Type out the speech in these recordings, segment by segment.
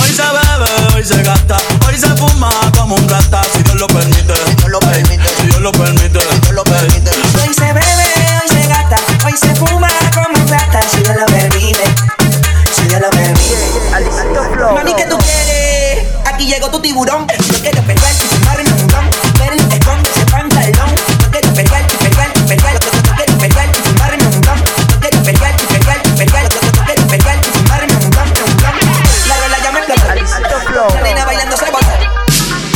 Hoy se bebe, hoy se gasta, hoy se fuma como un rata si Dios lo permite. Si Dios lo Ey, permite. Si Dios lo permite. Si Dios lo Ey, permite. Hoy se bebe, hoy se gata, hoy se fuma como un rata, si Dios lo permite, si Dios lo permite. Mami, ¿qué tú quieres? Aquí llegó tu tiburón. Yo quiero perder, fumar en un montón. Ver lo que esconde ese pantalón. Yo quiero perder, perder, perder. Yo quiero perder, fumar en un montón. Yo quiero perder, perder, perder. Yo quiero perder, fumar en un montón, en un montón. La rola ya me explotó. La nena bailando se botó.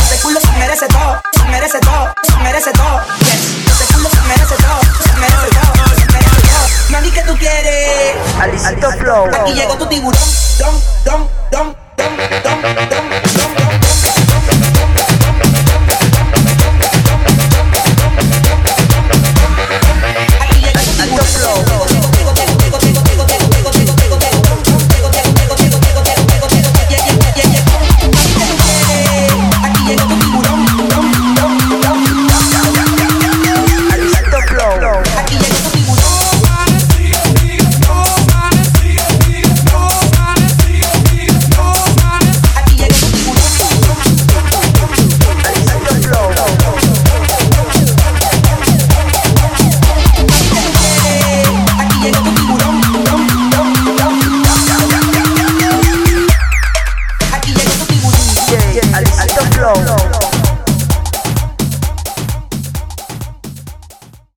Ese culo se merece todo, se merece todo, se merece todo. Yes. Ese culo se merece todo, se merece todo, se merece todo. Mami, ¿qué tú quieres? Aquí llegó tu tiburón, don, don, don, don, don, don, don.